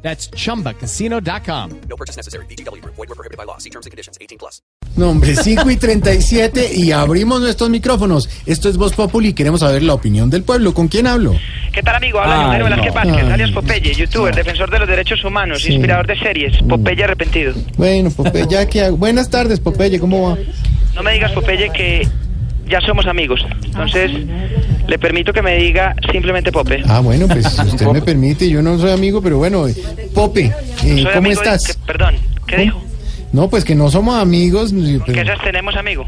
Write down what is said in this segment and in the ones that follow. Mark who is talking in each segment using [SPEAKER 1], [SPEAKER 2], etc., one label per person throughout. [SPEAKER 1] That's chumbacasino.com.
[SPEAKER 2] No purchase necessary. BGW. Void were prohibited by law. See terms and conditions. 18 plus.
[SPEAKER 3] No, hombre, 5 y 37 y abrimos nuestros micrófonos. Esto es Voz Populi y queremos saber la opinión del pueblo. ¿Con quién hablo?
[SPEAKER 4] ¿Qué tal, amigo? Habla Leonel Velázquez Vázquez, alias Popeye, youtuber, defensor de los derechos humanos, inspirador de series,
[SPEAKER 3] Mm.
[SPEAKER 4] Popeye arrepentido.
[SPEAKER 3] Bueno, Popeye, ya que... hago- Buenas tardes, Popeye, ¿cómo va?
[SPEAKER 4] No me digas, Popeye, que ya somos amigos. Entonces, le permito que me diga simplemente Pope.
[SPEAKER 3] Ah, bueno, pues si usted me permite, yo no soy amigo, pero bueno, eh, Pope, eh,
[SPEAKER 4] Soy
[SPEAKER 3] ¿cómo
[SPEAKER 4] amigo de-
[SPEAKER 3] estás?
[SPEAKER 4] que- perdón, ¿qué dijo?
[SPEAKER 3] No, pues que no somos amigos, ni-
[SPEAKER 4] Que
[SPEAKER 3] pero,
[SPEAKER 4] esas tenemos amigo.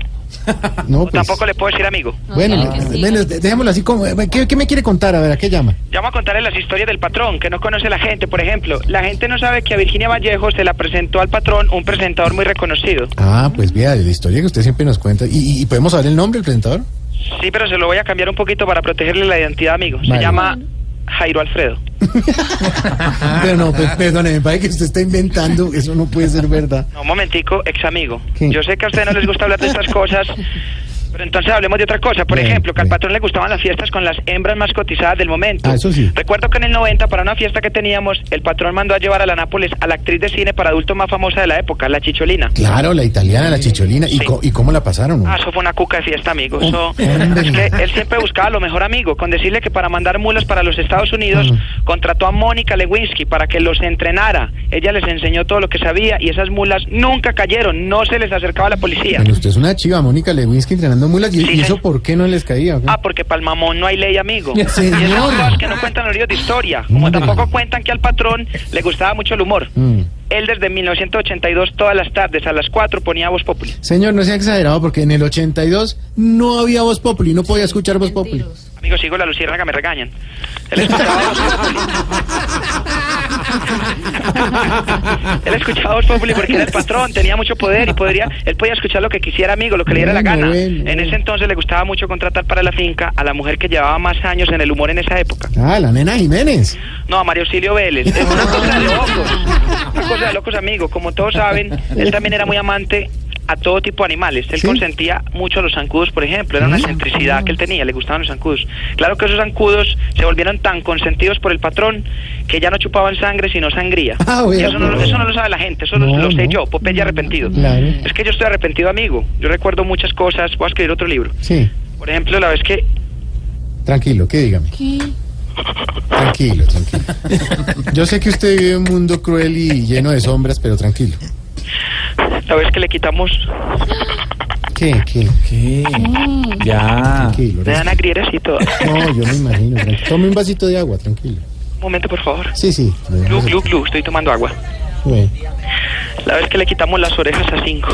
[SPEAKER 3] no,
[SPEAKER 4] O
[SPEAKER 3] pues...
[SPEAKER 4] tampoco le puedo decir amigo.
[SPEAKER 3] Bueno, le- bueno, dejémoslo así como... eh, ¿qué, qué me quiere contar? A ver, ¿a qué llama?
[SPEAKER 4] Ya vamos a contarle las historias del patrón, que no conoce la gente, por ejemplo. La gente no sabe que a Virginia Vallejo se la presentó al patrón un presentador muy reconocido.
[SPEAKER 3] Ah, pues vea, la historia que usted siempre nos cuenta. ¿Y, y podemos saber el nombre del presentador?
[SPEAKER 4] Sí, pero se lo voy a cambiar un poquito para protegerle la identidad, amigo. Se
[SPEAKER 3] Vale.
[SPEAKER 4] llama Jairo Alfredo.
[SPEAKER 3] Pero no, pues, perdone, me parece que usted está inventando, eso no puede ser verdad.
[SPEAKER 4] No, un momentico, ex amigo.
[SPEAKER 3] ¿Qué?
[SPEAKER 4] Yo sé que a ustedes no les gusta hablar de estas cosas, pero entonces hablemos de otra cosa. Por
[SPEAKER 3] Bien,
[SPEAKER 4] ejemplo, que al
[SPEAKER 3] bien.
[SPEAKER 4] patrón le gustaban las fiestas con las hembras más cotizadas del momento.
[SPEAKER 3] Ah, eso sí.
[SPEAKER 4] Recuerdo que en el 90, para una fiesta que teníamos, el patrón mandó a llevar a la Nápoles a la actriz de cine para adultos más famosa de la época, la Chicholina.
[SPEAKER 3] Claro, la italiana, la chicholina. ¿Y,
[SPEAKER 4] Sí.
[SPEAKER 3] co- y cómo la pasaron?
[SPEAKER 4] Ah, eso fue una cuca de fiesta, amigo. Eso,
[SPEAKER 3] Hombre.
[SPEAKER 4] es que él siempre buscaba a lo mejor amigo, con decirle que para mandar mulas para los Estados Unidos
[SPEAKER 3] Ah.
[SPEAKER 4] contrató a Mónica Lewinsky para que los entrenara. Ella les enseñó todo lo que sabía y esas mulas nunca cayeron, no se les acercaba la policía.
[SPEAKER 3] Bueno, usted es una chiva, Mónica Lewinsky entrenando mulas. ¿Y,
[SPEAKER 4] Sí,
[SPEAKER 3] y eso
[SPEAKER 4] señor.
[SPEAKER 3] por qué no les caía? o qué?
[SPEAKER 4] Ah, porque pa'l mamón no hay ley, amigo. Y esas
[SPEAKER 3] Señor.
[SPEAKER 4] cosas que no cuentan los ríos de historia, como
[SPEAKER 3] Hombre.
[SPEAKER 4] tampoco cuentan que al patrón le gustaba mucho el humor.
[SPEAKER 3] Mm.
[SPEAKER 4] Él desde 1982 todas las tardes a las 4 ponía Voz Populi.
[SPEAKER 3] Señor, no sea exagerado, porque en el 82 no había Voz Populi, no podía escuchar Voz Populi.
[SPEAKER 4] Amigo, sigo la luciérnaga, me regañan. Él escuchaba Voz Populi. Él escuchaba Voz Populi porque era el patrón, tenía mucho poder y podría, él podía escuchar lo que quisiera, amigo, lo que le diera la
[SPEAKER 3] Bueno,
[SPEAKER 4] gana.
[SPEAKER 3] bueno.
[SPEAKER 4] En ese entonces le gustaba mucho contratar para la finca a la mujer que llevaba más años en el humor en esa época.
[SPEAKER 3] Ah, la nena Jiménez.
[SPEAKER 4] No, a Mario Silio Vélez. Es una cosa de locos. Una cosa de locos, amigo. Como todos saben, él también era muy amante a todo tipo de animales. Él
[SPEAKER 3] ¿Sí?
[SPEAKER 4] consentía mucho a los zancudos, por ejemplo. Era una excentricidad que él tenía. Le gustaban los zancudos. Claro que esos zancudos se volvieron tan consentidos por el patrón que ya no chupaban sangre, sino sangría.
[SPEAKER 3] Ah, bueno.
[SPEAKER 4] Y eso, no, lo- eso no lo sabe la gente. Eso
[SPEAKER 3] No,
[SPEAKER 4] lo, lo sé
[SPEAKER 3] no.
[SPEAKER 4] yo. Popeye arrepentido.
[SPEAKER 3] Claro.
[SPEAKER 4] Es que yo estoy arrepentido, amigo. Yo recuerdo muchas cosas. Voy a escribir otro libro.
[SPEAKER 3] Sí,
[SPEAKER 4] Por ejemplo, la vez que
[SPEAKER 3] tranquilo, ¿qué dígame? Tranquilo, tranquilo. Yo sé que usted vive en un mundo cruel y lleno de sombras, pero tranquilo.
[SPEAKER 4] la vez que le quitamos
[SPEAKER 3] ¿Qué, qué?
[SPEAKER 5] Sí. Ya.
[SPEAKER 3] Tranquilo.
[SPEAKER 4] le dan
[SPEAKER 3] respira.
[SPEAKER 4] agrieres y todo.
[SPEAKER 3] No, yo me imagino. tranquilo. Tome un vasito de agua, tranquilo.
[SPEAKER 4] Un momento, por favor.
[SPEAKER 3] Sí, sí.
[SPEAKER 4] Glu, glu, glu, estoy tomando agua.
[SPEAKER 3] Bueno.
[SPEAKER 4] La vez que le quitamos las orejas a cinco.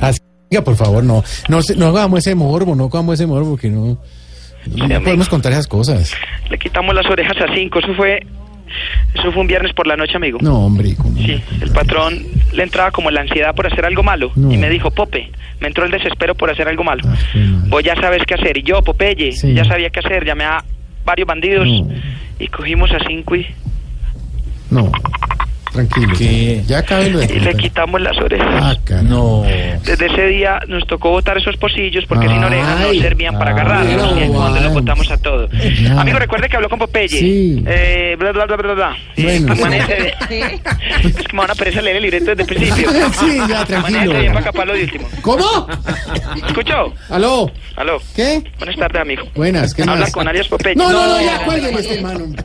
[SPEAKER 3] Así, Oiga, por favor, no, no, se- no hagamos ese morbo, no hagamos ese morbo, porque no, no
[SPEAKER 4] amigo.
[SPEAKER 3] podemos contar esas cosas.
[SPEAKER 4] Le quitamos las orejas a cinco. Eso fue. Eso fue un viernes por la noche, amigo.
[SPEAKER 3] No, hombre, ¿cómo?
[SPEAKER 4] Sí, el patrón le entraba como la ansiedad por hacer algo malo.
[SPEAKER 3] No.
[SPEAKER 4] Y me dijo, Pope, me entró el desespero por hacer algo malo.
[SPEAKER 3] Ah, qué mal.
[SPEAKER 4] Vos ya sabes qué hacer. Y yo, Popeye,
[SPEAKER 3] Sí.
[SPEAKER 4] ya sabía qué hacer. Llamé a varios bandidos
[SPEAKER 3] No.
[SPEAKER 4] y cogimos a cinco y,
[SPEAKER 3] No, tranquilo.
[SPEAKER 5] ¿Qué?
[SPEAKER 3] Ya acaben de
[SPEAKER 4] y le
[SPEAKER 3] contar.
[SPEAKER 4] quitamos las orejas.
[SPEAKER 3] Ah, cara.
[SPEAKER 5] No.
[SPEAKER 4] Desde ese día nos tocó botar esos pocillos porque sin
[SPEAKER 3] Ay,
[SPEAKER 4] orejas no servían para
[SPEAKER 3] ay,
[SPEAKER 4] agarrarlos y es
[SPEAKER 3] no,
[SPEAKER 4] cuando los
[SPEAKER 3] ay.
[SPEAKER 4] botamos a todos.
[SPEAKER 3] Ya.
[SPEAKER 4] Amigo, recuerde que habló con Popeye.
[SPEAKER 3] Sí.
[SPEAKER 4] Eh, bla, bla, bla, bla, bla. Eh,
[SPEAKER 3] Bueno,
[SPEAKER 4] amanece- Es que me van a pereza leer el libreto desde el principio.
[SPEAKER 3] Sí, ya, tranquilo.
[SPEAKER 4] Amanece bien para acá, para lo último.
[SPEAKER 3] ¿Cómo?
[SPEAKER 4] ¿Escuchó?
[SPEAKER 3] ¿Aló?
[SPEAKER 4] Aló.
[SPEAKER 3] ¿Qué?
[SPEAKER 4] Buenas tardes, amigo.
[SPEAKER 3] Buenas, ¿qué
[SPEAKER 4] Habla
[SPEAKER 3] más?
[SPEAKER 4] con alias Popeye.
[SPEAKER 3] No, no, no, ya, cuelguen este hermano. hombre.